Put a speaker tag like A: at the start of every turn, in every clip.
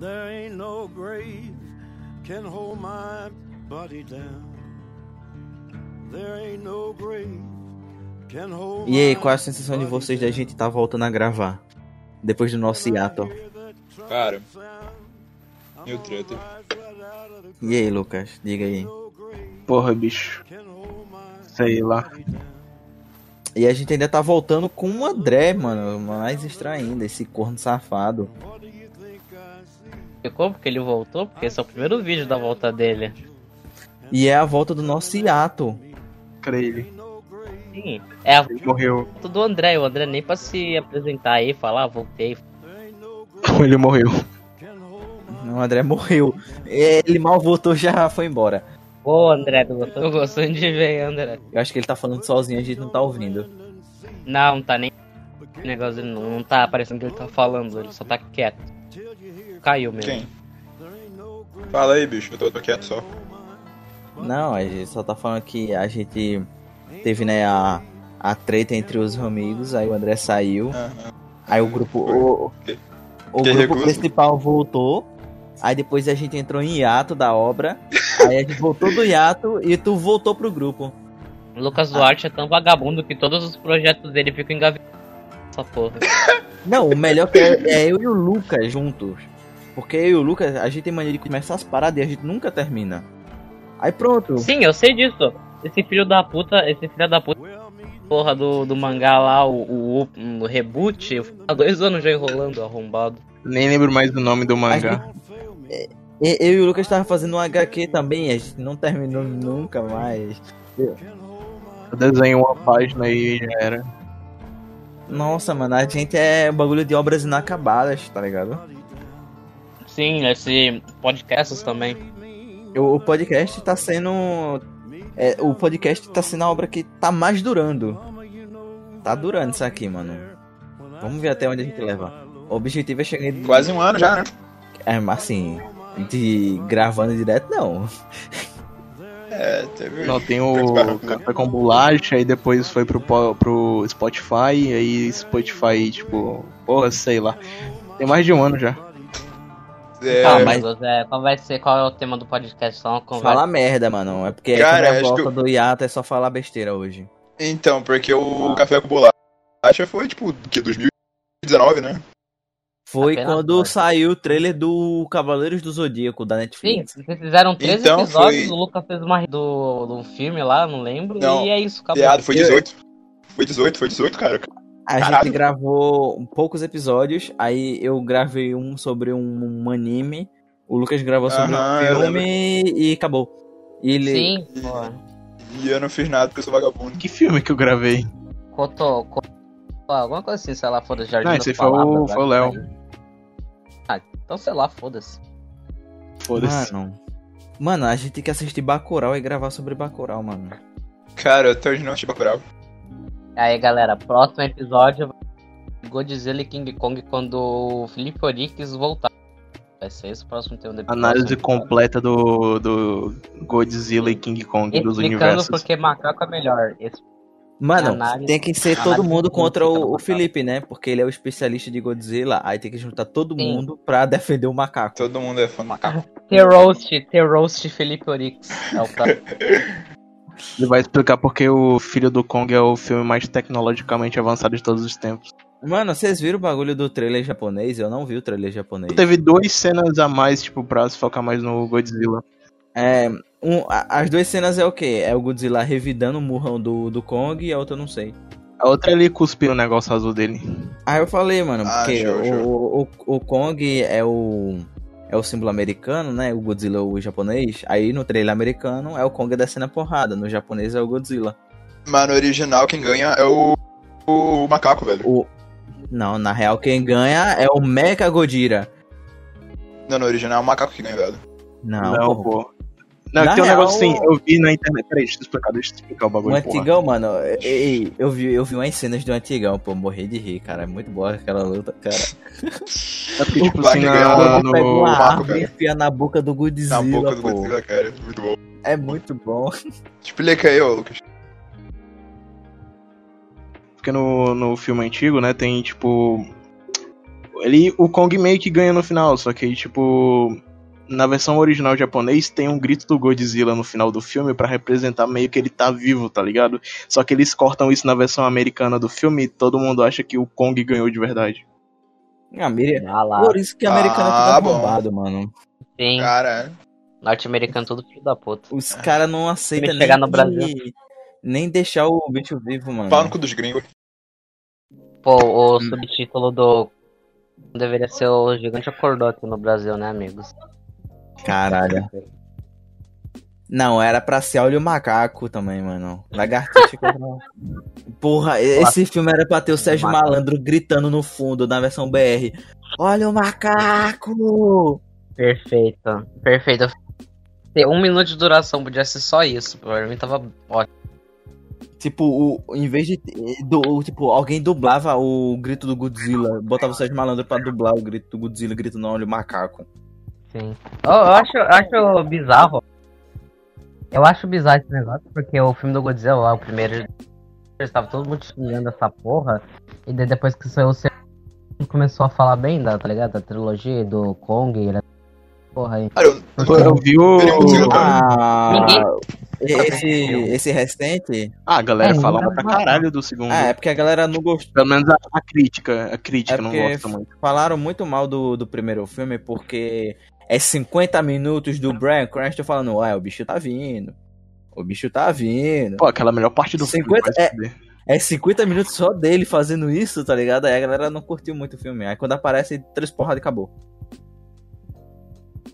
A: There ain't no grave can hold my body down. There ain't no grave can hold
B: E aí, qual é a sensação de vocês da gente tá voltando a gravar? Depois do nosso hiato.
C: Cara, meu treta.
B: E aí, Lucas? Diga aí.
D: Porra, bicho. Sei lá.
B: E a gente ainda tá voltando com o André, mano. Mais estranho ainda, esse corno safado.
E: Ficou porque ele voltou? Porque esse é o primeiro vídeo da volta dele.
B: E é a volta do nosso hiato.
D: Creio ele.
E: Sim, é a
D: Ele morreu.
E: volta do André. O André nem pra se apresentar aí, falar, ah, voltei.
D: Ele morreu.
B: O André morreu. É, Ele mal voltou já foi embora.
E: Ô, André, tu gostou? Tô gostando de ver, André.
B: Eu acho que ele tá falando sozinho, a gente não tá ouvindo.
E: Não, não tá nem. O negócio dele não, não tá aparecendo que ele tá falando, ele só tá quieto. Caiu mesmo.
C: Quem? Fala aí, bicho. Eu tô, tô quieto só.
B: Não, a gente só tá falando que a gente teve, né, a, a treta entre os amigos, aí o André saiu,
C: Aham.
B: aí o grupo. O, o
C: Que
B: grupo
C: recurso.
B: principal voltou. Aí depois a gente entrou em hiato da obra. Aí a gente voltou do hiato e tu voltou pro grupo.
E: O Lucas Duarte é tão vagabundo que todos os projetos dele ficam engavetados. Essa porra.
B: Não, o melhor que é, é eu e o Lucas juntos. Porque eu e o Lucas, a gente tem mania de começar as paradas e a gente nunca termina. Aí pronto.
E: Sim, eu sei disso. Esse filho da puta, esse filho da puta, porra do, do mangá lá, o, o, o reboot, eu fico há dois anos já enrolando, arrombado.
D: Nem lembro mais do nome do mangá.
B: E- é, Eu e o Lucas tava fazendo um HQ também, a gente não terminou nunca mais.
D: Eu desenho uma página e já era.
B: Nossa, mano, a gente é um bagulho de obras inacabadas, tá ligado?
E: Sim, esse podcast também.
B: O, o podcast tá sendo. é, o podcast tá sendo a obra que tá mais durando. Tá durando isso aqui, mano. Vamos ver até onde a gente leva. O objetivo é chegar. em-
C: Quase um ano já, né?
B: É, mas assim, de gravando direto, não.
C: É, teve.
D: Não, tem o Café com Bolacha, aí depois foi pro, po- pro Spotify, aí Spotify, tipo, porra, sei lá. Tem mais de um ano já.
C: É,
E: Tá,
B: mas-
E: mas José, qual vai ser, qual é o tema do podcast? Então, Só uma conversa.
B: Falar merda, mano. É porque quando
C: Cara,
B: a
C: acho
B: volta
C: que
B: do hiato é só falar besteira hoje.
C: Então, porque o Café com Bolacha foi, tipo, que 2019, né?
B: Foi
E: Apenas
B: quando
E: pode.
B: saiu o trailer do Cavaleiros do Zodíaco da
E: Sim,
B: Netflix.
E: vocês fizeram três
C: Então,
E: episódios,
C: foi-
E: o Lucas fez uma do, do filme lá, não lembro,
C: Não,
E: e é isso, acabou.
C: Piada, foi 18. Foi 18, foi 18, cara.
B: A gente
C: Caralho.
B: gravou poucos episódios, aí eu gravei um sobre um, um anime, o Lucas gravou sobre
C: Aham,
B: um
C: eu
B: filme e acabou. E ele,
E: Sim, pô.
C: E eu não fiz nada porque eu sou vagabundo.
D: Que filme que eu gravei?
E: Cotô, Cotô, alguma coisa assim, sei lá, fora do Jardim
D: Não,
E: das
D: esse aí foi o-
E: Palavras,
D: foi o
E: acho que aí. Ah, então sei lá, foda-se.
D: Foda-se.
B: mano, mano, a gente tem que assistir Bacurau e gravar sobre Bacurau, mano.
C: Cara, eu tô de noite bravo.
E: Aí galera, próximo episódio vai- Godzilla e King Kong quando o Felipe Orix voltar. Vai ser esse o próximo tema do episódio.
D: Análise completa do, do Godzilla e King Kong dos
E: Explicando
D: universos.
E: porque macaco é melhor. Esse-
B: Mano,
E: Análise-
B: tem que ser todo
E: análise
B: mundo
E: do
B: contra
E: Godzilla do
B: o, o
E: macaco.
B: Felipe, né? Porque ele é o especialista de Godzilla, aí tem que juntar todo
E: Sim.
B: mundo pra defender o macaco.
C: Todo mundo é fã do macaco.
E: The Roast, The Roast Felipe Orix. É o próximo.
D: Ele vai explicar porque o Filho do Kong é o filme mais tecnologicamente avançado de todos os tempos.
B: Mano, vocês viram o bagulho do trailer japonês? Eu não vi o trailer japonês.
D: Então Teve duas cenas a mais, tipo, pra se focar mais no Godzilla.
B: É, um- a- as duas cenas é o quê? É o Godzilla revidando o murrão do, do Kong e a outra eu não sei.
D: A outra é ele cuspiu o negócio azul dele.
B: Aí eu falei, mano,
C: Ah,
B: porque
C: show,
B: o, O, o Kong é o. É o símbolo americano, né? O Godzilla é o japonês. Aí no trailer americano é o Kong descendo a porrada. No japonês é o Godzilla.
C: Mano, original quem ganha é o, o macaco, velho.
B: O... Não, na real, quem ganha é o Mecha Godira.
C: Não, no original é o macaco que ganha, velho.
B: Não, pô.
D: pô. Não,
B: Na
D: tem um
B: real-
D: negócio assim, eu vi na internet. Peraí, deixa eu explicar, deixa eu explicar o
B: O
D: bagulho. porra.
B: antigão, mano, ei, ei, eu vi, eu vi umas cenas do antigão, pô, morri de rir, cara. É muito boa aquela luta, cara.
D: É porque, tipo
C: O
D: assim,
C: Wagner
D: na,
C: ganhou,
B: Pega um
D: no,
B: uma
C: Marco,
B: árvore e enfia na boca do Godzilla,
C: Na boca um do
B: pô.
C: Godzilla, cara. Muito bom.
B: É muito bom.
C: Explica aí, ô Lucas.
D: porque no, no filme antigo, né, tem tipo. Ele, o Kong meio que ganha no final, só que, tipo, na versão original japonês tem um grito do Godzilla no final do filme pra representar meio que ele tá vivo, tá ligado? Só que eles cortam isso na versão americana do filme e todo mundo acha que o Kong ganhou de verdade.
B: A Miriam...
E: Ah lá.
B: Por isso que a americana
C: Ah,
B: tá
C: bom.
B: bombado, mano.
E: Sim,
C: Cara,
E: norte-americano todo filho da puta.
B: Os caras não aceitam nem,
E: chegar no
B: de-
E: Brasil.
B: nem deixar o bicho vivo, mano.
C: pau no cu dos gringos.
E: Pô,
D: Hum.
E: o subtítulo do. Deveria ser o Gigante Acordou aqui no Brasil, né, amigos?
B: Caralho. Não, era pra ser Olho Macaco também, mano. Lagartixa contra... Porra, e- esse filme era pra ter o Sérgio
E: Macaco.
B: Malandro gritando no fundo, na versão BR. Olha o macaco!
E: Perfeito, perfeito. Ter um minuto de duração podia ser só isso. Pra mim tava ótimo.
B: Tipo, o, em vez de. Do, o- tipo, alguém dublava o grito do Godzilla. Botava o Sérgio Malandro pra dublar o grito do Godzilla gritando olha o macaco.
E: Sim. Eu, eu acho, eu acho bizarro. Eu acho bizarro esse negócio, porque o filme do Godzilla lá, o primeiro. Estava todo mundo xingando essa porra. E daí depois que saiu o segundo, começou a falar bem da, tá ligado? Da trilogia do Kong. Né? Porra aí.
C: Cara, eu,
D: Pô, eu vi o.
C: Ele é um Godzilla.
B: Ah,
E: Ninguém-
B: esse, esse recente.
D: Ah, a galera
E: É,
D: falava
E: não
D: pra
E: dá pra-
D: caralho do segundo.
B: Ah, é porque a galera não gostou.
D: Pelo menos a, a crítica. A crítica
B: É
D: não
B: porque
D: gosta muito.
B: Falaram muito mal do, do primeiro filme porque é 50 minutos do Brian Cranston falando, ué, o bicho tá vindo. O bicho tá vindo.
D: Pô, aquela melhor parte do
B: 50 é-
D: filme. É...
B: É 50 minutos só dele fazendo isso, tá ligado? Aí a galera não curtiu muito o filme. Aí quando aparece, três porradas e acabou.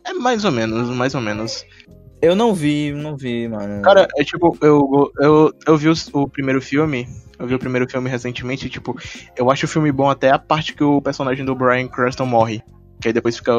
D: é mais ou menos, mais ou menos.
B: Eu não vi, não vi, mano.
D: Cara, é tipo, eu, eu, eu vi os- o primeiro filme, eu vi o primeiro filme recentemente, e, tipo, eu acho o filme bom até a parte que o personagem do Brian Cranston morre. Que aí depois fica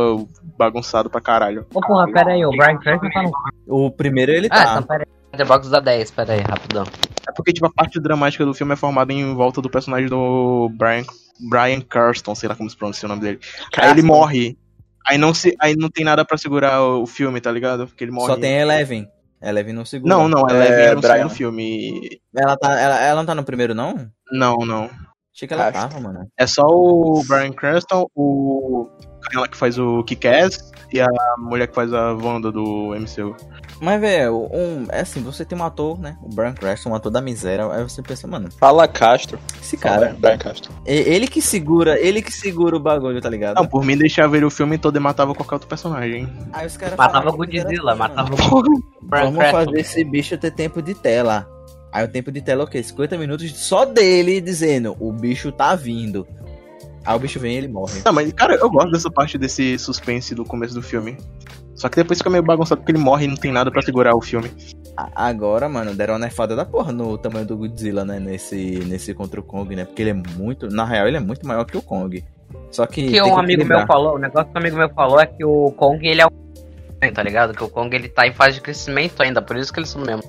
D: bagunçado pra caralho.
E: Ô porra, pera aí, o Brian Cranston tá no.
B: o primeiro ele
E: Ah,
B: tá.
E: então pera aí. Letterboxd dá 10, pera aí, rapidão.
D: É porque, tipo, a parte dramática do filme é formada em volta do personagem do Brian, Brian Cranston, sei lá como se pronuncia o nome dele. Aí ele morre. Aí não, se, aí não tem nada pra segurar o filme, tá ligado? Porque ele morre.
B: só tem Eleven. Eleven no segundo.
D: Não, não, ela é,
C: É,
D: no
C: Brian.
D: segundo filme.
B: Ela, tá, ela, ela não tá no primeiro, não?
D: Não, não.
B: Achei que ela
C: Acho.
B: tava, mano.
D: É só o Brian Cranston, o cara lá que faz o Kick-Ass e a mulher que faz a Wanda do MCU.
B: Mas, velho, um, é assim, você tem um ator, né? O Brian Cranston, um ator da miséria. Aí você pensa, mano,
C: Fala Castro.
B: esse cara...
C: Brian Castro.
B: E- Ele que segura, ele que segura o bagulho, tá ligado?
D: Não, por mim deixava ele o filme todo e matava qualquer outro personagem. hein?
B: Aí os caras
E: Matava o
B: falaram que era
E: Godzilla,
B: assim,
E: matava
B: mano.
E: o Brian
B: Vamos
E: Cranston.
B: fazer esse bicho ter tempo de tela. Aí o tempo de tela é o quê? 50 minutos só dele dizendo, o bicho tá vindo. Aí o bicho vem e ele morre.
D: Não, mas cara, eu gosto dessa parte desse suspense do começo do filme. Só que depois fica meio bagunçado porque ele morre e não tem nada pra segurar o filme.
B: A- Agora, mano, deram uma nerfada da porra no tamanho do Godzilla, né? Nesse, nesse contra o Kong, né? Porque ele é muito. Na real, ele é muito maior que o Kong. Só que.
E: O que
B: tem
E: um amigo
B: equilibrar.
E: meu falou, o negócio que um amigo meu falou é que o Kong ele é um. Tá ligado? Que o Kong ele tá em fase de crescimento ainda, por isso que eles são mesmo.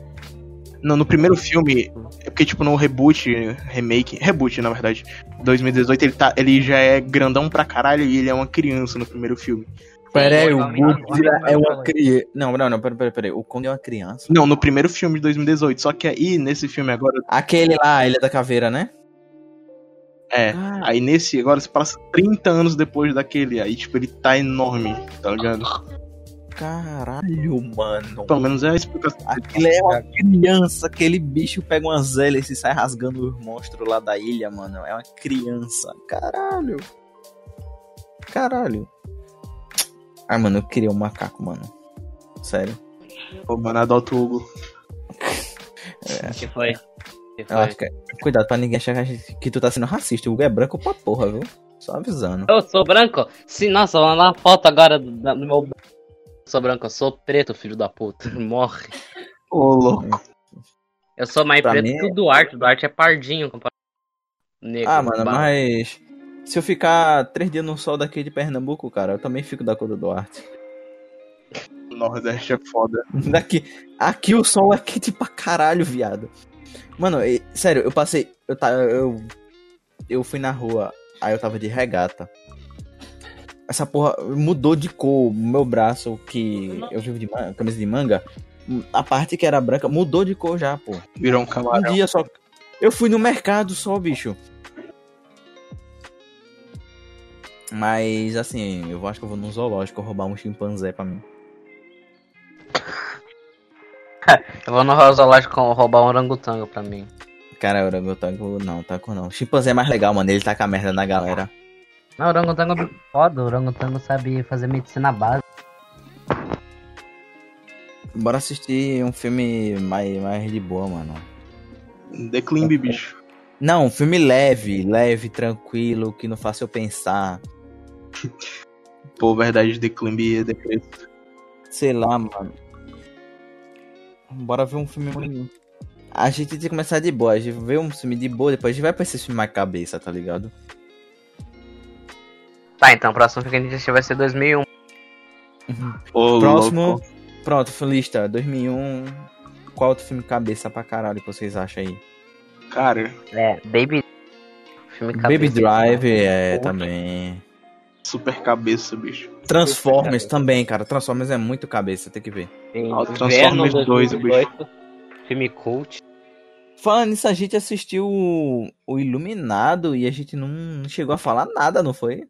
D: Não, no primeiro filme, é porque tipo no reboot, remake, reboot na verdade, 2018, ele, tá, ele já é grandão pra caralho e ele é uma criança no primeiro filme.
B: Peraí, o
E: Sim, eu-
B: Godzilla
E: eu-
B: é uma criança. Não, não, não, peraí, peraí, peraí. O Kong é uma criança.
D: Não, no primeiro filme de 2018. Só que aí, nesse filme agora.
B: Aquele lá, a Ilha da Caveira, né?
D: É. Aí nesse agora se passa 30 anos depois daquele. Aí, tipo, ele tá enorme, tá ligado?
B: Caralho, mano.
D: Pelo menos é a explicação.
B: Aquilo é uma criança, aquele bicho pega uma hélice e sai rasgando os monstros lá da ilha, mano. É uma criança. Caralho. Caralho. Ah, mano, eu queria um macaco, mano. Sério.
D: Pô, mano, adota o Hugo.
E: Que foi?
B: É.
E: Que
B: Eu
E: foi?
B: acho que- é- Cuidado pra ninguém achar que a gente- que tu tá sendo racista. O Hugo é branco pra porra, viu? Só avisando.
E: Eu sou branco? Sim, nossa, vamos lá, foto agora do, da- do meu. Eu sou branco, eu sou preto, filho da puta. Morre.
D: Ô, louco.
E: Eu sou mais
B: Pra
E: preto
B: mim-
E: que o Duarte. O Duarte é pardinho comparado. com o Negro,
B: Ah, mano,
E: barba.
B: mas. Se eu ficar três dias no sol daqui de Pernambuco, cara, eu também fico da cor do Duarte.
D: O Nordeste é foda.
B: Daqui, aqui o sol é quente pra caralho, viado. Mano, e- sério, eu passei. Eu, ta- eu, eu fui na rua, aí eu tava de regata. Essa porra mudou de cor. Meu braço, que eu vivo de ma- camisa de manga, a parte que era branca mudou de cor já, pô.
D: Virou um
B: Um
D: camarão.
B: dia só. Eu fui no mercado só, bicho. Mas assim, eu acho que eu vou num zoológico roubar um chimpanzé pra mim.
E: Eu vou no zoológico roubar um orangotango pra mim.
B: Cara, orangotango não, tá com não. Chimpanzé é mais legal, mano. Ele taca a merda na galera.
E: Não, orangotango é muito foda. O orangotango sabe fazer medicina básica.
B: Bora assistir um filme mais, mais de boa, mano.
D: The Climb, bicho.
B: Não, um filme leve, leve, tranquilo, que não faça eu pensar.
D: Pô, verdade, The Climb é depresso.
B: Sei lá, mano. Bora ver um filme ruim. A gente tem que começar de boa. A gente vê um filme de boa, depois a gente vai pra esse filme mais cabeça, tá ligado?
E: Tá, então o próximo filme que a gente assistiu vai ser 2001.
D: Ô,
B: Próximo.
D: louco.
B: Pronto, lista 2001. Qual outro filme cabeça pra caralho que vocês acham aí?
D: Cara,
E: É, Baby. Filme
B: Baby
E: cabeça. né? Uhum.
B: Drive é também.
D: super cabeça, bicho.
B: Transformers também, cara. Transformers é muito cabeça, tem que ver.
E: Tem
D: Ah, o
E: Inverno
D: Transformers 2,
E: 2018, Filme cult.
B: Falando nisso, a gente assistiu o, o Iluminado e a gente não, não chegou a falar nada, não foi?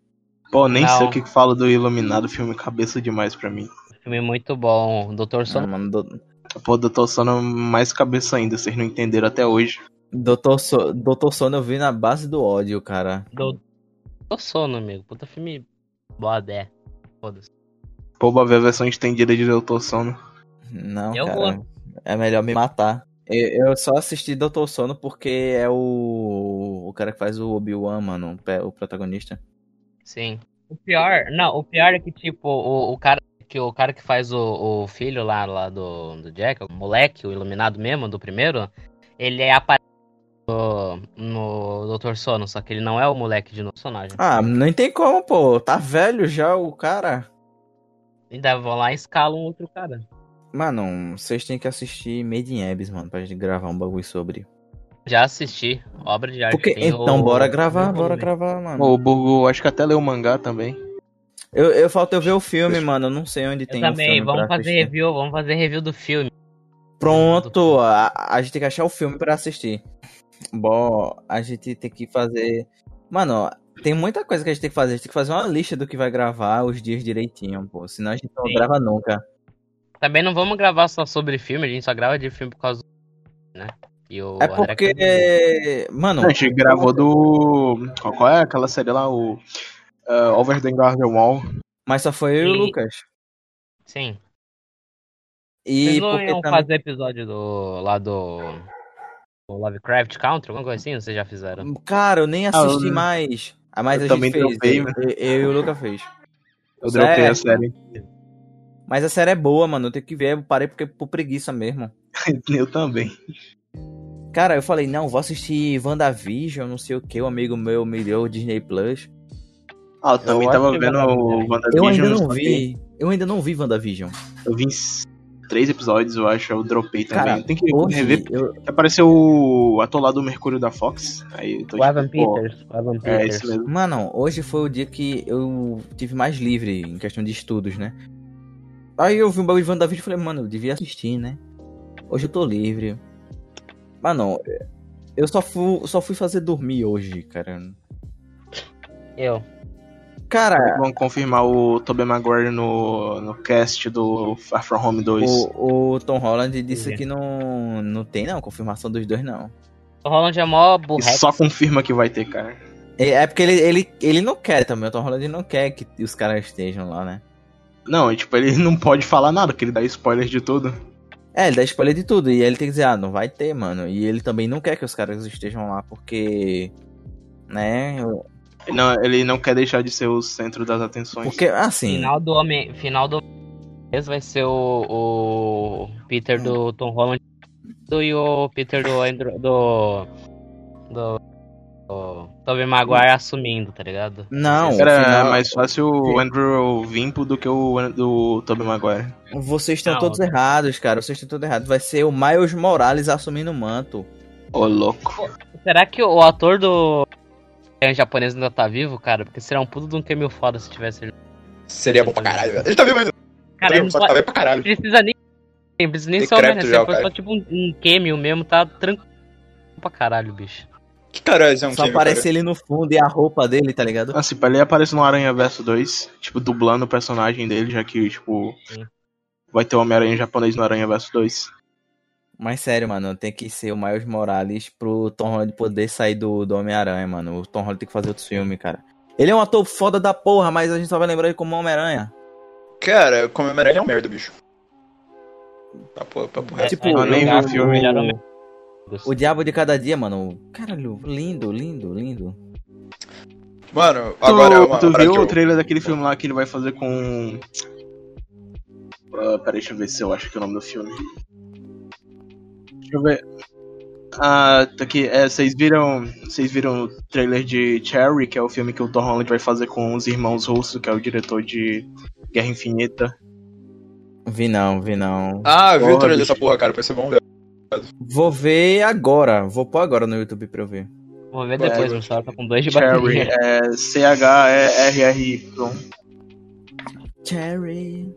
D: Pô, nem
E: Não.
D: sei o que que fala do Iluminado, filme cabeça demais pra mim.
E: Filme muito bom. Doutor
B: Ah,
E: Sono.
B: mano, do,
D: Pô, Doutor Sono é mais cabeça ainda, vocês não entenderam até hoje.
B: Doutor, so, Doutor Sono eu vi na base do ódio, cara.
E: Doutor Sono, amigo. Puta filme boda, é. Foda-se.
D: Pô, vai ver a versão estendida de Doutor Sono.
B: Não,
E: Eu
B: cara.
E: vou.
B: É melhor me matar. Eu, eu só assisti Doutor Sono porque é o, o cara que faz o Obi-Wan, mano, o pe- o protagonista.
E: Sim. O pior, não, o pior é que, tipo, o, o cara que o cara que faz o, o filho lá, lá do, do Jack, o moleque, o iluminado mesmo, do primeiro, ele é aparece no, no Doutor Sono, só que ele não é o moleque de novo personagem.
B: Ah, nem tem como, pô. Tá velho já o cara.
E: Ainda vão lá e escalam outro cara.
B: Mano, vocês têm que assistir Made in Abyss, mano, pra gente gravar um bagulho sobre.
E: Já assisti, obra de arte.
B: Porque,
E: tem
B: então,
E: o-
B: bora gravar,
E: o-
B: bora gravar, mano.
D: Pô, o Burgo, acho que até leu o mangá também.
B: Eu, eu falta eu ver o filme, mano. Eu não sei onde
E: Eu
B: tem o
E: também,
B: filme.
E: vamos
B: pra
E: fazer
B: assistir.
E: review, vamos fazer review do filme.
B: Pronto, a, a gente tem que achar o filme pra assistir. Bom, a gente tem que fazer. Mano, tem muita coisa que a gente tem que fazer. A gente tem que fazer uma lista do que vai gravar os dias direitinho, pô. Senão a gente não
E: Sim.
B: grava nunca.
E: Também não vamos gravar só sobre filme, a gente só grava de filme por causa do. né? E o
B: É
E: André Cardoso.
B: porque. Mano,
D: A gente gravou do. Qual qual é aquela série lá? O. eh, Over the Garden Wall.
B: mas só foi eu e o
E: Sim.
B: Lucas.
E: Sim.
B: E
E: Vocês não
B: porque
E: iam
B: também-
E: fazer episódio do. lá do. do Lovecraft Country, alguma coisa assim? Ou Vocês já fizeram?
B: Cara, eu nem
D: Ah, eu
B: assisti
D: não-
B: mais. Ah, mas
D: Eu
B: a
D: também
B: gente fez.
D: dropei,
B: eu,
D: né?
B: eu e o Lucas fez.
D: Eu dropei a série.
B: Mas a série é boa, mano. Eu tenho que ver. Eu parei porque por preguiça mesmo.
D: Eu também.
B: Cara, eu falei, não, vou assistir WandaVision, não sei o que, o amigo meu me deu o Disney Plus.
D: Ah, eu também
E: acho
D: tava
E: que
D: vendo
E: vai dar
D: o
E: também.
D: WandaVision.
B: Eu ainda não
D: só que
B: vi. Eu ainda não vi WandaVision.
D: Eu vi s- três episódios, eu acho. Eu dropei também.
B: Cara,
D: Tem que rever.
B: Hoje, eu,
D: porque Apareceu o ator lá do Mercúrio da Fox. Aí eu tô
E: O Evan
D: tipo, pô,
E: Peters. O Evan
D: É,
E: Peters.
D: isso mesmo.
B: mano, hoje foi o dia que eu tive mais livre em questão de estudos, né? Aí eu vi um bagulho de WandaVision e falei, mano, eu devia assistir, né? Hoje eu tô livre. Mano, eu só fui, só fui fazer dormir hoje, cara.
E: Eu.
B: Cara,
D: Vão confirmar o Tobey Maguire no, no cast do Far From Home 2.
B: o, o Tom Holland disse
E: Entendi.
B: que não, não tem, não, confirmação dos dois, não.
E: O Roland é mó
D: E
E: burreco.
D: só confirma que vai ter, cara.
B: É é porque ele, ele, ele não quer também, o Tom Holland não quer que os caras estejam lá, né?
D: Não, e, tipo, ele não pode falar nada, que ele dá spoiler de tudo.
B: É, ele dá spoiler de tudo, e ele tem que dizer, ah, não vai ter, mano. E ele também não quer que os caras estejam lá, porque. Né? eu-
D: Não, ele não quer deixar de ser o centro das atenções.
B: Porque, assim.
E: Final do Homem. Final do. Esse vai ser o. o Peter do Tom Holland e o Peter do. Andrew, do. do. do Tobey Maguire assumindo, tá ligado?
B: Não, o
D: Era
B: é um final-
D: é mais fácil o Andrew Vimpo do que o An- do Tobey Maguire.
B: vocês estão
E: Não,
B: todos
E: cara.
B: errados, cara. Vocês estão todos errados. Vai ser o Miles Morales assumindo o manto.
D: Ô, louco.
E: Será que o ator do. japonês ainda tá vivo, cara? Porque seria um puto de um cameo foda se tivesse ele.
C: Seria bom pra caralho, velho. Ele tá vivo ainda.
E: Cara,
C: Ele
E: ele
C: só
E: não-
C: tá velho pra caralho.
E: precisa nem. Não precisa nem
C: Tem
E: ser
C: crédito
E: homenageado,
C: já,
E: foi
C: cara.
E: só tipo um, um cameo mesmo, tá tranquilo pra caralho, bicho.
C: Caralho, é um
B: Só
C: time,
B: aparece ele no fundo e a roupa dele, tá ligado?
D: Assim, pra ele aparece no Aranha Verso 2, tipo, dublando o personagem dele, já que, tipo,
E: Sim.
D: vai ter o Homem-Aranha japonês no Aranha Verso 2.
B: Mas sério, mano, tem que ser o Miles Morales pro Tom Holland poder sair do, do Homem-Aranha, mano. O Tom Holland tem que fazer outro filme, cara. Ele é um ator foda da porra, mas a gente só vai lembrar ele como Homem-Aranha.
C: Cara, Cara, como Homem-Aranha é um merda, bicho. Tá Papo, papo
E: É.
C: reto.
B: Tipo,
D: eu nem vi o filme.
B: O Diabo de Cada Dia, mano. Caralho, lindo, lindo, lindo.
C: Mano, agora é
D: tu,
C: uma
D: tu
C: parada
D: viu
C: que eu-
D: o trailer daquele filme lá que ele vai fazer com. Ah, peraí, deixa eu ver se eu acho que é o nome do filme. Deixa eu ver. Ah, tá aqui. É, vocês viram. Vocês viram o trailer de Cherry, que é o filme que o Tom Holland vai fazer com os irmãos russos, que é o diretor de Guerra Infinita.
B: Vi não, vi não.
C: Ah, viu o
D: Porra,
C: trailer
D: bicho.
C: dessa porra, cara, parece ser bom, velho.
B: Vou ver agora. Vou pôr agora no YouTube pra eu ver.
E: Vou ver
C: Vai,
E: depois,
C: vai.
E: o celular tá com dois de
D: Cherry,
E: bateria.
D: é C-H-E-R-R-Y.
B: Cherry.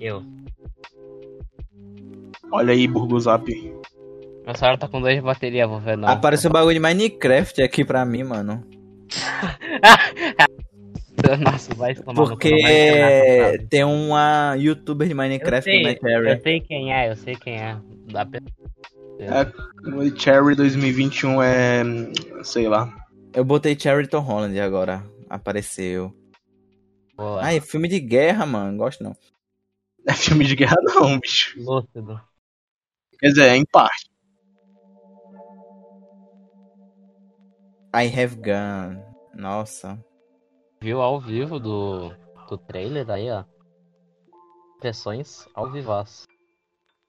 E: Eu.
D: Olha aí, Burgozap.
E: Meu celular tá com dois de bateria, vou ver não.
B: Apareceu um bagulho de Minecraft aqui pra mim, mano.
E: Nossa, vai tomar no cu, não vai entrar nessa
B: Porque
E: frase.
B: tem uma youtuber de
E: Eu
B: Minecraft
E: sei,
B: que não é Cherry.
E: eu sei quem é, eu sei quem é. Da pe-
D: O Cherry 2021 é. sei lá.
B: Eu botei Cherry Tom Holland agora. Apareceu.
E: Boa.
B: Ai, filme de guerra, mano. Gosto não.
D: É filme de guerra, não, bicho.
E: Lúcido.
D: Quer dizer, é em parte.
B: I Have Gun. Nossa.
E: Viu ao vivo do, do trailer aí, ó. Impressões ao vivaço.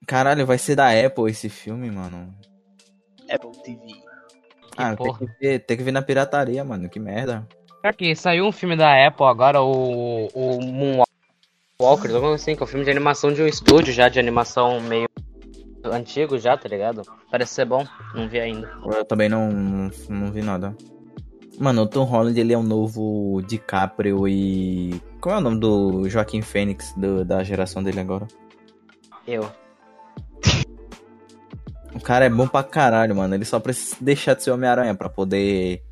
B: Caralho, vai ser da Apple esse filme, mano.
D: Apple TV.
B: ah, tem
E: porra.
B: que, ver, tem que ver na pirataria, mano. Que merda.
E: Pior que saiu um filme da Apple agora, o, o Moonwalker, alguma coisa assim, que é um filme de animação de um estúdio já, de animação meio antigo já, tá ligado? Parece ser bom, não vi ainda.
B: Eu também não, não, não vi nada. Mano, o Tom Holland, ele é o novo DiCaprio e... Qual é o nome do Joaquim Fênix do- da geração dele agora?
E: Eu.
B: O cara é bom pra caralho, mano. Ele só precisa deixar de ser Homem-Aranha pra poder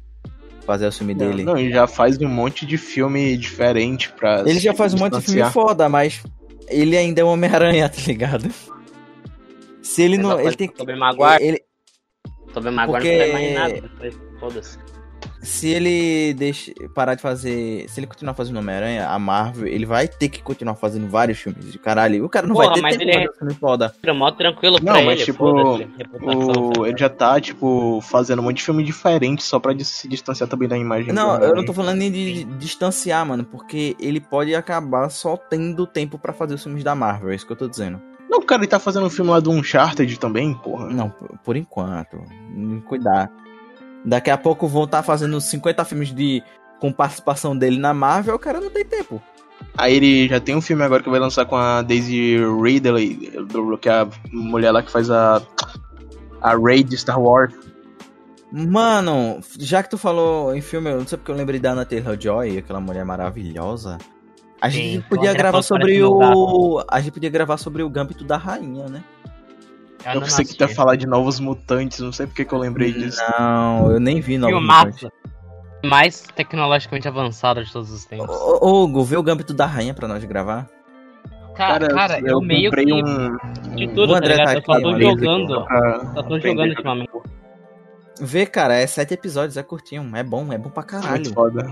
B: fazer o filme dele.
D: Não, e já faz um monte de filme diferente pra.
B: Ele
D: se
B: já faz um monte de filme
D: distanciar.
B: foda, mas ele ainda é o Homem-Aranha, tá ligado? Se ele não. Ele tem que.
E: Tobey Maguire,
B: ele-
E: Tobey Maguire
B: porque-
E: não vai mais em nada depois, foda-se.
B: se ele deixa, parar de fazer. Se ele continuar fazendo Homem-Aranha, a Marvel, ele vai ter que continuar fazendo vários filmes de caralho. O cara não
E: Porra,
B: vai ter
E: mas
B: tempo
E: ele
B: pra
E: é-
B: fazer filme foda.
E: Era mó tranquilo
D: Não,
E: pra
D: mas
E: ele,
D: tipo,
E: foda-se. reputação,
D: O- ele já tá, tipo, fazendo um monte de filme diferente só pra dis- se distanciar também da imagem.
B: Não,
D: do-
B: eu não tô falando nem de distanciar, mano, porque ele pode acabar só tendo tempo pra fazer os filmes da Marvel, é isso que eu tô dizendo.
D: Não, cara, ele tá fazendo um filme lá do Uncharted também, porra.
B: Não, por por enquanto. hum, Cuidar. Daqui a pouco vão estar fazendo 50 filmes de com participação dele na Marvel, o cara não tem tempo.
D: Aí ele já tem um filme agora que vai lançar com a Daisy Ridley, do- que é a mulher lá que faz a. A Rey de Star Wars.
B: Mano, já que tu falou em filme, eu não sei porque eu lembrei da Anna Taylor-Joy, aquela mulher maravilhosa. A
E: Sim,
B: gente
E: então
B: podia
E: ela
B: gravar
E: parece
B: sobre
E: um
B: o a gente podia gravar sobre o Gambito da Rainha, né?
E: Eu
D: eu
E: Ah, não
D: pensei que tá tu ia
E: assisti.
D: falar de novos mutantes, não sei porque que eu lembrei disso.
B: Não, eu nem vi não.
E: Filmaço. Mais tecnologicamente avançado de todos os tempos.
B: Ô, ô, Hugo, vê o Gambito da Rainha pra nós gravar.
E: Cara, Ah, cara, eu, meio
D: comprei
E: que
D: um.
E: de
B: O
E: tudo, tá
B: André tá
E: ligado? Eu só
B: aqui,
E: tô
B: mas-
E: jogando,
D: pra-
E: só tô
D: Entendi.
E: jogando ultimamente.
B: Vê, cara, é sete episódios, é curtinho, é bom, é bom pra
D: Muito
B: caralho.
D: foda.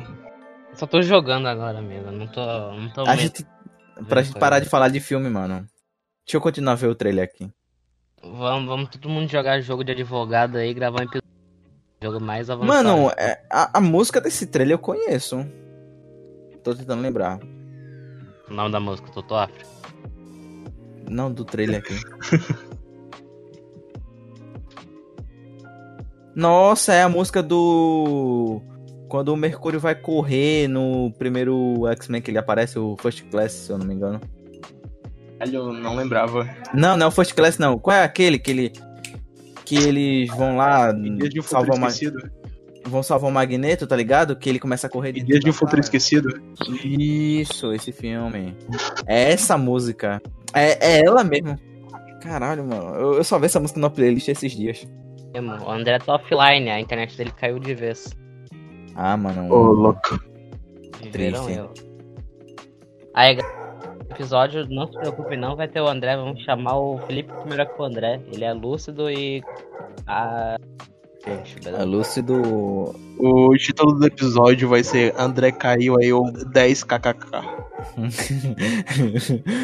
E: Só tô jogando agora mesmo, não tô, não tô
B: A
E: muito...
B: gente,
E: É,
B: pra gente parar de falar de filme, mano. Deixa eu continuar a ver o trailer aqui.
E: Vamos, vamos todo mundo jogar jogo de advogado aí, gravar um episódio. Jogo mais avançado.
B: Mano, é- a, a música desse trailer eu conheço. Tô tentando lembrar.
E: O nome da música, Totó África.
B: Não, do trailer aqui. Nossa, é a música do. Quando o Mercúrio vai correr no primeiro X-Men que ele aparece, o First Class, se eu não me engano.
D: Caralho, eu não lembrava.
B: Não, não é o First Class, não. Qual é aquele que ele. Que eles vão lá
D: E Dias de um Futuro
B: salvar o, Ma-
D: Esquecido.
B: vão salvar o Magneto, tá ligado? Que ele começa a correr
D: E
B: dentro
D: Dias de um
B: da
D: Futuro
B: sala.
D: Esquecido.
B: Isso, esse filme. É essa música. É, é ela mesmo. Caralho, mano. Eu, eu só vi essa música na playlist esses dias.
E: mesmo. O André tá offline, a internet dele caiu de vez.
B: Ah, mano.
D: Ô, louco.
E: Viveram
B: Triste.
E: eu. Aí, galera, episódio, não se preocupe não, vai ter o André, vamos chamar o Felipe primeiro que o André. Ele é lúcido e. A. Gente,
B: É
E: beleza?
B: lúcido.
D: O título do episódio vai ser André caiu aí eu 10kkkk.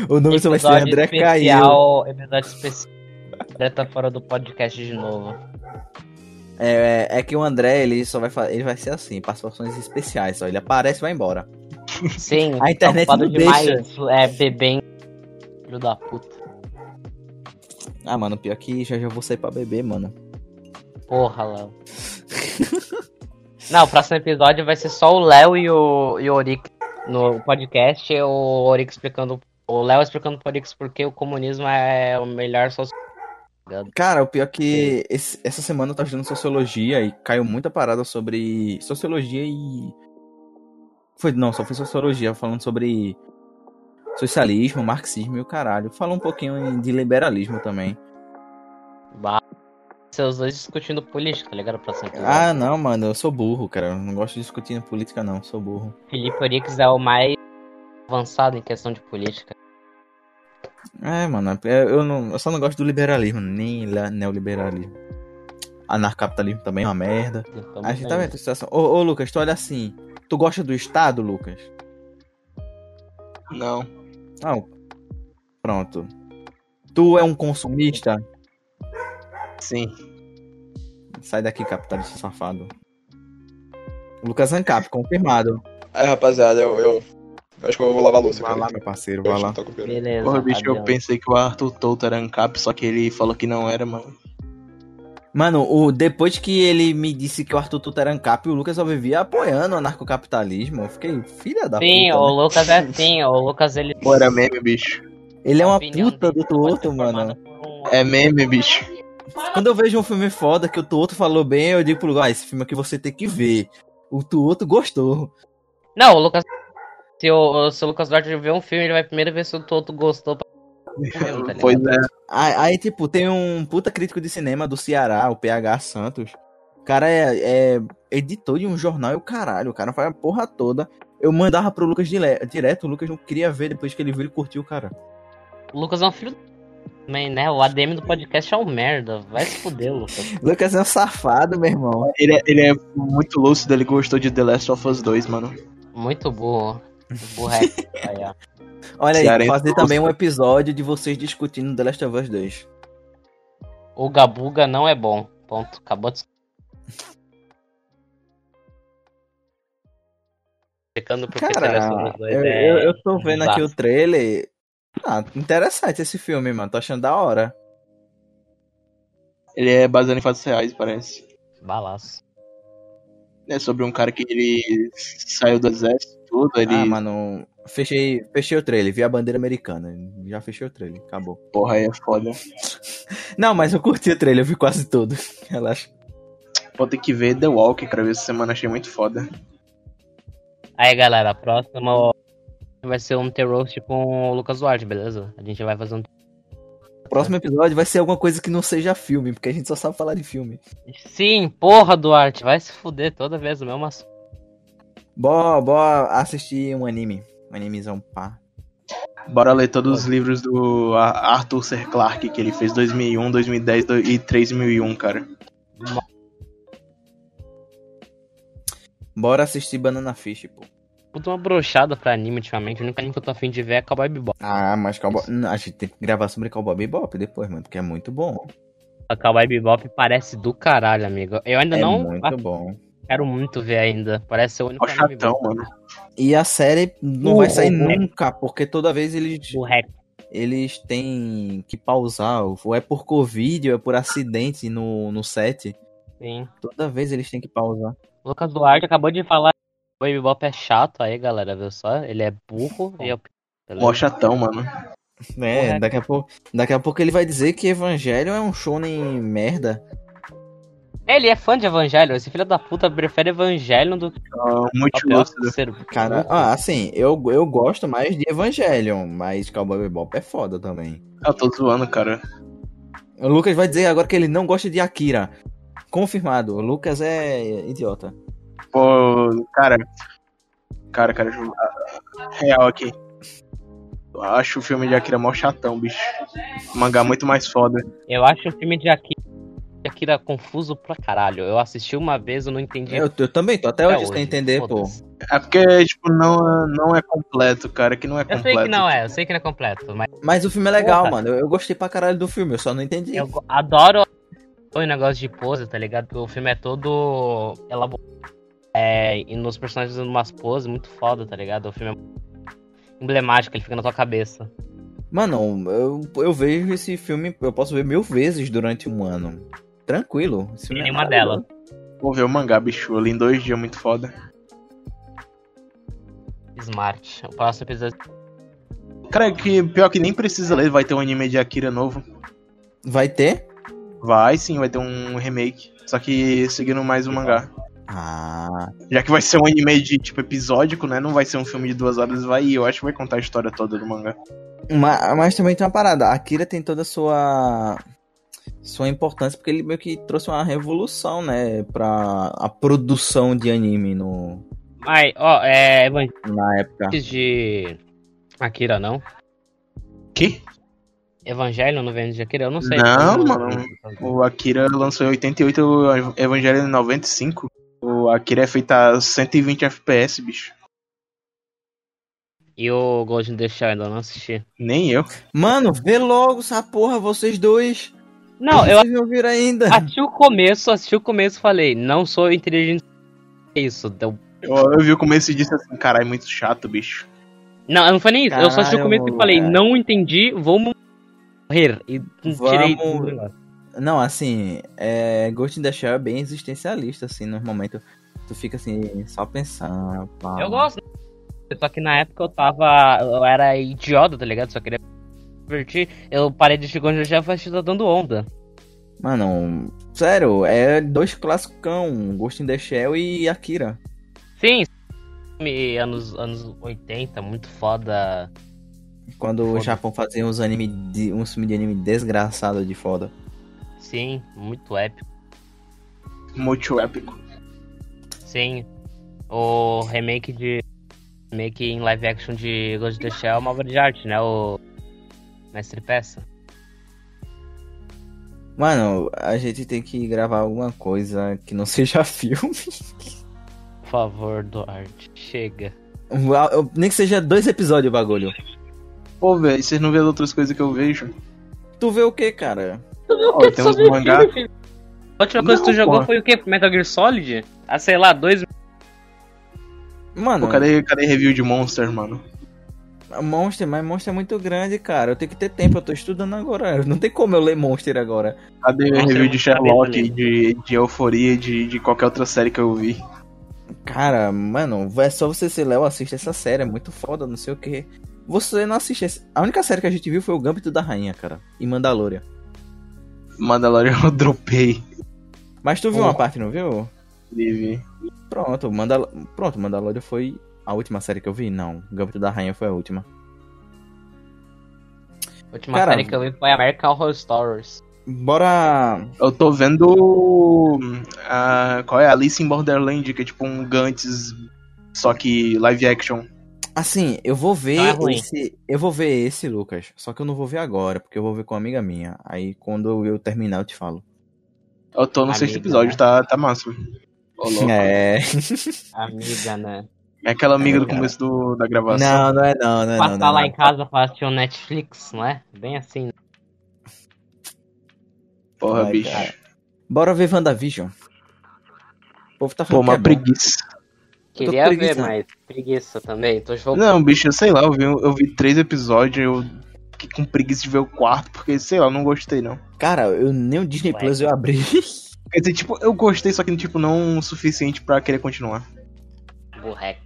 B: o nome só vai ser
E: Episódio
B: André Caiu.
E: especial, Episódio especial. O André tá fora do podcast de novo.
B: É, é que o André, ele só vai fa- ele vai ser assim, participações especiais só. Ele aparece e vai embora.
E: Sim,
B: A internet
E: tá ocupado
B: não
E: demais. É, bebendo. Filho da puta.
B: Ah, mano, pior que já já vou sair pra beber, mano.
E: Porra, Léo. Não, o próximo episódio vai ser só o Léo e o, e o Orix no podcast. e O Orix explicando. O Léo explicando pro Orix porque o comunismo é o melhor social.
B: Cara, o pior que esse- essa semana eu tô estudando sociologia e caiu muita parada sobre sociologia e. Foi, não, só foi sociologia, falando sobre socialismo, marxismo e o caralho. Falou um pouquinho de liberalismo também.
E: Seus dois discutindo política, tá ligado? O próximo episódio.
B: Ah, não, mano, eu sou burro, cara. Eu não gosto de discutir na política, não, eu sou burro.
E: Felipe Orix é o mais avançado em questão de política.
B: É, mano, é- eu, não, eu só não gosto do liberalismo, nem la- neoliberalismo. Anarcapitalismo também é uma merda.
E: Então,
B: A gente
E: é
B: tá vendo a situação. Ô, ô, Lucas, tu olha assim. Tu gosta do Estado, Lucas?
D: Não.
B: Não. Pronto. Tu é um consumista?
D: Sim.
B: Sai daqui, capitalista safado. Lucas Ancap, confirmado.
C: Aí, rapaziada, eu, eu- eu acho que eu vou lavar a louça.
B: Vai
C: cara.
B: lá, meu parceiro,
C: Eu
B: vai
C: acho
B: lá.
C: que tá com pena.
E: Beleza.
D: Porra, bicho, eu
E: Fabiano.
D: pensei que o Arthur Touto era ANCAP, só que ele falou que não era, mano.
B: Mano, o, depois que ele me disse que o Arthur Tuta era Ancap, o Lucas só vivia apoiando o anarcocapitalismo. Eu fiquei, filha da
E: Sim,
B: puta.
E: o
B: né?
E: Lucas é assim, o Lucas ele.
D: Pô, era meme, bicho.
B: Ele é
E: a
B: uma
E: opinião
B: puta
E: dele
B: do
E: pode ser
B: outro, mano.
E: formada por um-
D: É meme, bicho.
B: Quando eu vejo um filme foda que o Tuoto falou bem, eu digo pro Lucas, ah, esse filme aqui você tem que ver. O Tuoto gostou.
E: Não, o Lucas. Se o, se o Lucas Duarte ver um filme, ele vai primeiro ver se o Toto gostou. pra- tá ligado?
D: Pois é.
B: Aí, aí, tipo, tem um puta crítico de cinema do Ceará, o PH Santos. O cara é, é editor de um jornal e o caralho, o cara faz a porra toda. Eu mandava pro Lucas dile- direto, o Lucas não queria ver depois que ele viu, ele curtiu, cara.
E: O Lucas é um filho do. Também, né? O ADM do podcast é um merda. Vai se fuder, Lucas.
B: Lucas é um safado, meu irmão.
D: Ele, é- ele é muito lúcido, ele gostou de The Last of Us 2, mano.
E: Muito burro. Burro é. Aí, ó.
B: Olha aí,
D: Cearense
B: fazer
D: gosta.
B: também um episódio de vocês discutindo The Last of Us 2.
E: O Gabuga não é bom. Ponto. Acabou de. Ficando porque
B: Cara,
E: Seleção dos
B: eu,
E: Dois é-
B: eu, eu tô vendo aqui
E: bizarro.
B: o trailer. Ah, interessante esse filme, mano. Tô achando da hora.
D: Ele é baseado em fatos reais, parece.
E: Balaço.
D: É sobre um cara que ele saiu do exército e tudo, ele...
B: Ah, mano, fechei, fechei o trailer. Vi a bandeira americana. Já fechei o trailer. Acabou.
D: Porra, aí é foda.
B: Não, mas eu curti o trailer. Eu vi quase todo. Relaxa.
D: Vou ter que ver The Walk, cara, essa semana achei muito foda.
E: Aí, galera, a próxima vai ser um The Roast com o Lucas Duarte, beleza? A gente vai fazer um.
B: O próximo episódio vai ser alguma coisa que não seja filme, porque a gente só sabe falar de filme.
E: Sim, porra, Duarte, vai se fuder toda vez o é mesmo assunto.
B: Bora, bora assistir um anime. Um animezão pá.
D: Bora ler todos os livros do A- Arthur C. Clarke, que ele fez 2001, 2010 do- um, e 3001, cara.
B: Bora assistir Banana Fish, pô.
E: Puta uma brochada pra anime ultimamente. O único anime que eu tô afim de ver é Cowboy Bebop.
B: Ah, mas Cowboy... Não, A gente tem que gravar sobre Cowboy Bebop depois, mano, porque é muito bom.
E: A Cowboy Bebop parece do caralho, amigo. Eu ainda
B: É
E: não Ah.
B: muito bom.
E: quero muito ver ainda. Parece ser o único
D: Ó,
E: anime
D: chatão,
E: bom.
D: mano.
B: E a série não
E: O-
B: vai sair
E: o-
B: nunca, porque toda vez eles,
E: O hack.
B: eles têm que pausar. Ou é por Covid, ou é por acidente no, no set.
E: Sim.
B: Toda vez eles têm que pausar.
E: O Lucas Duarte acabou de falar que Cowboy Bebop é chato aí, galera, viu só? Ele é burro e é. beleza?
D: Mó chatão, mano. Tá
B: Né?
E: Correto.
B: Daqui a, pouco, daqui a pouco ele vai dizer que Evangelho é um shonen merda.
E: Ele é fã de Evangelho. Esse filho da puta prefere Evangelho do que
D: Ó, Muito
E: Papel
D: lúcido.
E: ser
B: né? Cara, ah, assim, eu, eu gosto mais de Evangelion, mas Cowboy Bebop é foda também.
D: Eu Tá, tô zoando, cara.
B: O Lucas vai dizer agora que ele não gosta de Akira. Confirmado, o Lucas é idiota.
D: Pô, cara. Cara, cara, ju- ah, real aqui. Eu acho o filme de Akira mó chatão, bicho. O mangá muito mais foda.
E: Eu acho o filme de Akira, de Akira confuso pra caralho. Eu assisti uma vez, eu não entendi.
B: Eu, eu também tô até, hoje sem entender, pô.
E: É foda-se.
D: É porque, tipo, não, é- não é completo, cara. Que não é
E: Eu
D: completo.
E: sei que não é, eu sei que não é completo, mas
B: Mas o filme é legal,
E: Porra.
B: mano. Eu, eu gostei pra caralho do filme, eu só não entendi.
E: eu go- adoro o negócio de pose, tá ligado? Porque o filme é todo elaborado. É, e nos personagens usando umas poses muito foda, tá ligado? O filme é emblemático, ele fica na tua cabeça.
B: Mano, eu, eu vejo esse filme, eu posso ver mil vezes durante um ano. Tranquilo. esse filme é
E: Nenhuma
B: maravilhoso.
D: Vou ver o mangá, bicho, ali em dois dias, muito foda.
E: Smart. O próximo episódio.
D: Cara, que pior que nem precisa ler, vai ter um anime de Akira novo.
B: Vai ter?
D: Vai sim, vai ter um remake. Só que seguindo mais o mangá.
B: Ah,
D: Já que vai ser um anime de tipo episódico, né? Não vai ser um filme de duas horas, vai. Eu acho que vai contar a história toda do mangá.
B: Ma- Mas também tem uma parada. A Akira tem toda a sua sua importância porque ele meio que trouxe uma revolução, né, pra a produção de anime no
E: Mas, ó, é. Evangelho
B: na época.
E: de. Akira, não?
D: Que?
E: Evangelho não vem de Akira? Eu não sei.
D: Não,
E: Eu
D: mano. O Akira lançou em 88, o Evangelho em 95. O Akira é feito a 120 FPS, bicho.
E: E o Golden The Shell ainda não assisti.
D: Nem eu.
B: Mano, vê logo essa porra vocês dois.
E: Não, eu
B: vocês não viram ainda.
E: assisti o começo, assisti o começo e falei, não sou inteligente. É isso. Deu...
D: Eu, eu vi o começo e disse assim, caralho, muito chato, bicho.
E: Não, não foi nem isso. eu só assisti o
B: Caralho,
E: começo e falei,
B: cara.
E: não entendi, vou morrer. E tirei.
B: Vamos- Não, assim, é, Ghost in the Shell é bem existencialista assim, no momento tu fica assim só pensando. pá.
E: Eu gosto. Só que na época eu tava. Eu era idiota, tá ligado? Só queria me divertir. Eu parei de assistir Golden The Shell e assisti Tá dando onda.
B: Mano, sério, é dois classicão, Ghost in the Shell e Akira.
E: Sim, filme anos, anos 80, muito foda.
B: Quando o
E: Foda.
B: Japão fazia uns anime de, uns filme de anime desgraçado de foda.
E: Sim, muito épico.
D: Muito épico.
E: Sim. O remake de. Remake em live action de Ghost in the Shell é uma obra de arte, né? O. Mestre Peça.
B: Mano, a gente tem que gravar alguma coisa que não seja filme.
E: Por favor, Duarte. Chega.
B: Nem que seja dois episódios o bagulho.
D: Pô, velho, vocês não vê as outras coisas que eu vejo?
B: Tu vê o que, cara?
D: Ó, tem uns mangá.
E: A última coisa que tu
D: Não,
E: jogou
D: porra.
E: foi o quê? Metal Gear Solid? Ah, sei lá, dois.
B: Mano,
D: Pô, cadê, cadê review de Monster, mano?
B: Monster, mas Monster é muito grande, cara. Eu tenho que ter tempo, eu tô estudando agora. Não tem como eu ler Monster agora.
D: Cadê
E: Monster é
D: um review
E: muito
D: de Sherlock,
E: cabeça
D: de, de Euforia, de, de qualquer outra série que eu vi?
B: Cara, mano, é só você ser Léo, assiste essa série, é muito foda, não sei o que. Você não assiste. esse- A única série que a gente viu foi o Gambito da Rainha, cara. E Mandalorian.
D: Mandalorian eu dropei.
B: Mas tu viu
D: Porra.
B: uma parte, não viu?
D: Vivi.
B: Pronto, Mandal... Pronto, Mandalorian foi a última série que eu vi? Não, Gambito da Rainha foi a última.
E: A última
B: Cara,
E: série que eu vi foi American Horror Stories.
B: Bora.
D: Eu tô vendo. ah, qual é? Alice in Borderland, que é tipo um Gantz, só que live action.
B: Assim, eu vou ver
E: Não é ruim.
B: esse. Eu vou ver esse, Lucas. Só que eu não vou ver agora, porque eu vou ver com uma amiga minha. Aí quando eu terminar, eu te falo.
D: Eu tô no
E: Amiga,
D: sexto episódio,
E: né?
D: tá, tá massa. Ô, louco. É.
B: É.
E: Amiga, né?
D: aquela amiga do
B: Cara.
D: começo do- da gravação.
B: Não, não é não, não é não.
E: Passar
B: não,
E: lá
B: não.
E: em casa pra assistir um Netflix, não é? Bem assim. né?
D: Porra,
B: Ai,
D: bicho.
B: cara. Bora ver WandaVision. O povo tá
D: Pô,
B: falando que
D: uma
B: é bom.
D: preguiça.
E: Queria ver,
B: preguiça.
E: mas preguiça também. Tô jogando.
D: Não, bicho, eu sei lá, eu vi, eu vi três episódios, eu fiquei com preguiça de ver o quarto, porque sei lá, eu não gostei não.
B: Cara, eu nem o Disney
E: Ué.
B: Plus eu abri.
D: Quer dizer, tipo, eu gostei, só que tipo, não o suficiente pra querer continuar.
E: Burreco.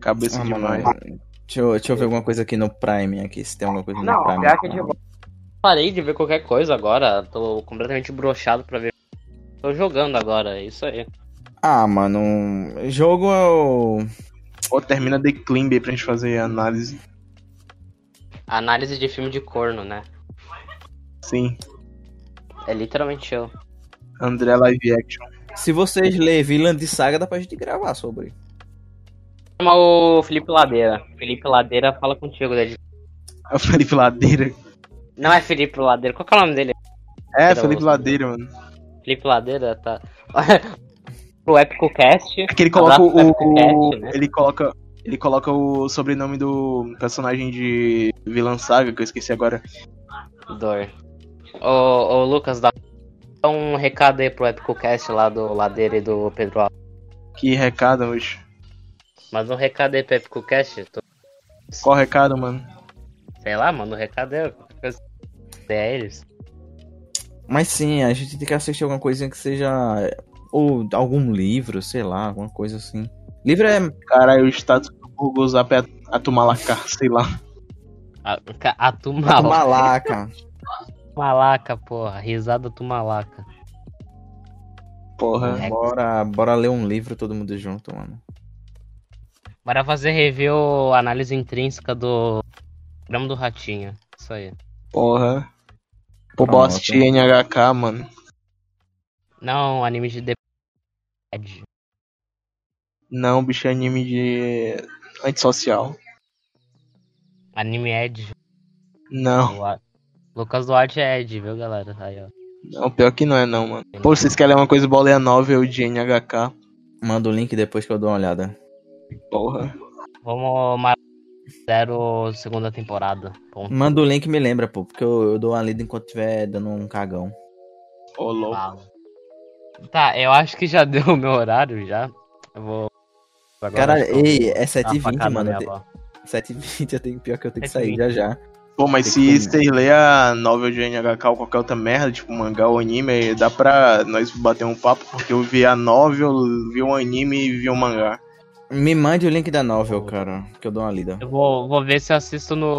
D: Cabeça
B: Ah,
D: demais.
B: mano, Deixa eu, deixa eu ver alguma coisa aqui no Prime aqui, se tem alguma coisa no
E: Não,
B: Prime.
E: pior que é de boa. Parei de ver qualquer coisa agora. Tô completamente brochado pra ver. Tô jogando agora, é isso aí.
B: Ah, mano, jogo é eu...
D: Pô, termina The Climb aí pra gente fazer análise.
E: Análise de filme de corno, né?
D: Sim.
E: É literalmente eu.
D: André Live Action.
B: Se vocês lerem Vilã de Saga, dá pra gente gravar sobre.
E: Chama o Felipe Ladeira. Felipe Ladeira fala contigo, Ded.
D: É o Felipe Ladeira.
E: Não é Felipe Ladeira, qual que é o nome dele?
D: É, Felipe
B: né?
D: Ladeira, mano.
E: Felipe Ladeira, tá. Pro Epico Cast.
D: É que ele coloca
E: Abraço
D: o.
E: pro Epico Cast,
D: o-
E: né?
D: Ele coloca. Ele coloca o sobrenome do personagem de Vilã Saga, que eu esqueci agora.
E: Dor. Ô, ô Lucas, dá dá um recado aí pro Epico Cast lá do Ladeira e do Pedro Alves.
D: Que recado, bicho.
E: Manda um recado aí pro Epico Cast. tu-
D: Qual recado, mano?
E: Sei lá, manda um recado aí. qualquer coisa. É eles.
B: Mas sim, a gente tem que assistir alguma coisinha que seja. é, Ou algum livro, sei lá, alguma coisa assim. Livro é.
D: Caralho, o status do Burgos a pé a Tumalacar, sei lá.
E: A, ca- a Tumal.
B: Malaca.
E: Malaca, porra. Risada Tumalaca.
D: Porra.
E: É.
B: Bora, bora ler um livro todo mundo junto, mano.
E: Bora fazer review, análise intrínseca do programa do Ratinho. Isso aí.
D: Porra. Pô,
B: Pronto.
D: bora assistir NHK, mano.
E: Não, anime de debilidade.
D: Não, bicho, é anime de. antissocial.
E: Anime Ed.
D: Não,
E: Duarte. Lucas Duarte é Ed, viu, galera? Aí, ó.
D: não, pior que não é não, mano. Pô, vocês querem uma coisa bola é a novel de NHK?
B: Manda o link depois que eu dou uma olhada.
D: Porra.
E: Vamos mar- zero segunda temporada. Ponto.
B: Manda o link e me lembra, pô, porque eu, eu dou uma lida enquanto estiver dando um cagão.
D: Ô, louco.
E: Fala. Tá, eu acho que já deu o meu horário já. Eu vou. agora
B: Cara,
E: acho que eu
B: ei, é
E: vou dar uma
B: 7h20,
E: facada
B: mano.
E: na
B: eu
E: minha avó.
B: te- 7h20 eu tenho pior que eu tenho que sair
E: 7h20.
B: já já.
D: Pô, mas
B: Tem
D: se
B: que-
D: vocês lerem a novel de NHK ou qualquer outra merda, tipo mangá ou anime, dá pra nós bater um papo, porque eu vi a novel, vi o anime e vi o mangá.
B: Me mande o link da novel, cara, que eu dou uma lida.
E: Eu vou, vou ver se eu assisto no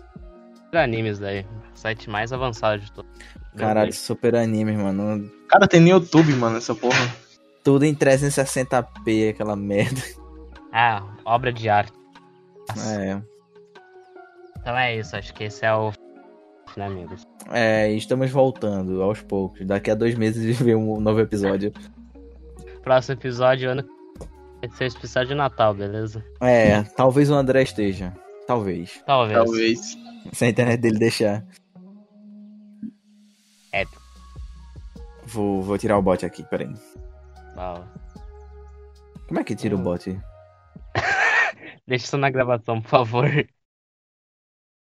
E: Animes daí. Site mais avançado de todos.
B: Caralho, super anime, mano.
D: Cara, tem no YouTube, mano, essa porra.
B: Tudo em 360p, aquela merda.
E: Ah, obra de arte.
B: É.
E: Então é isso, acho que esse é o. Né, amigos?
B: É, e estamos voltando aos poucos. Daqui a dois meses vem um novo episódio.
E: Próximo episódio, ano. Vai ser especial é de Natal, beleza?
B: É, talvez o André esteja. Talvez.
E: Talvez.
D: Talvez.
B: Se a internet dele deixar.
E: Épico.
B: Vou, vou tirar o bot aqui, peraí.
E: Fala.
B: Como é que tira o bot?
E: Deixa isso na gravação, por favor.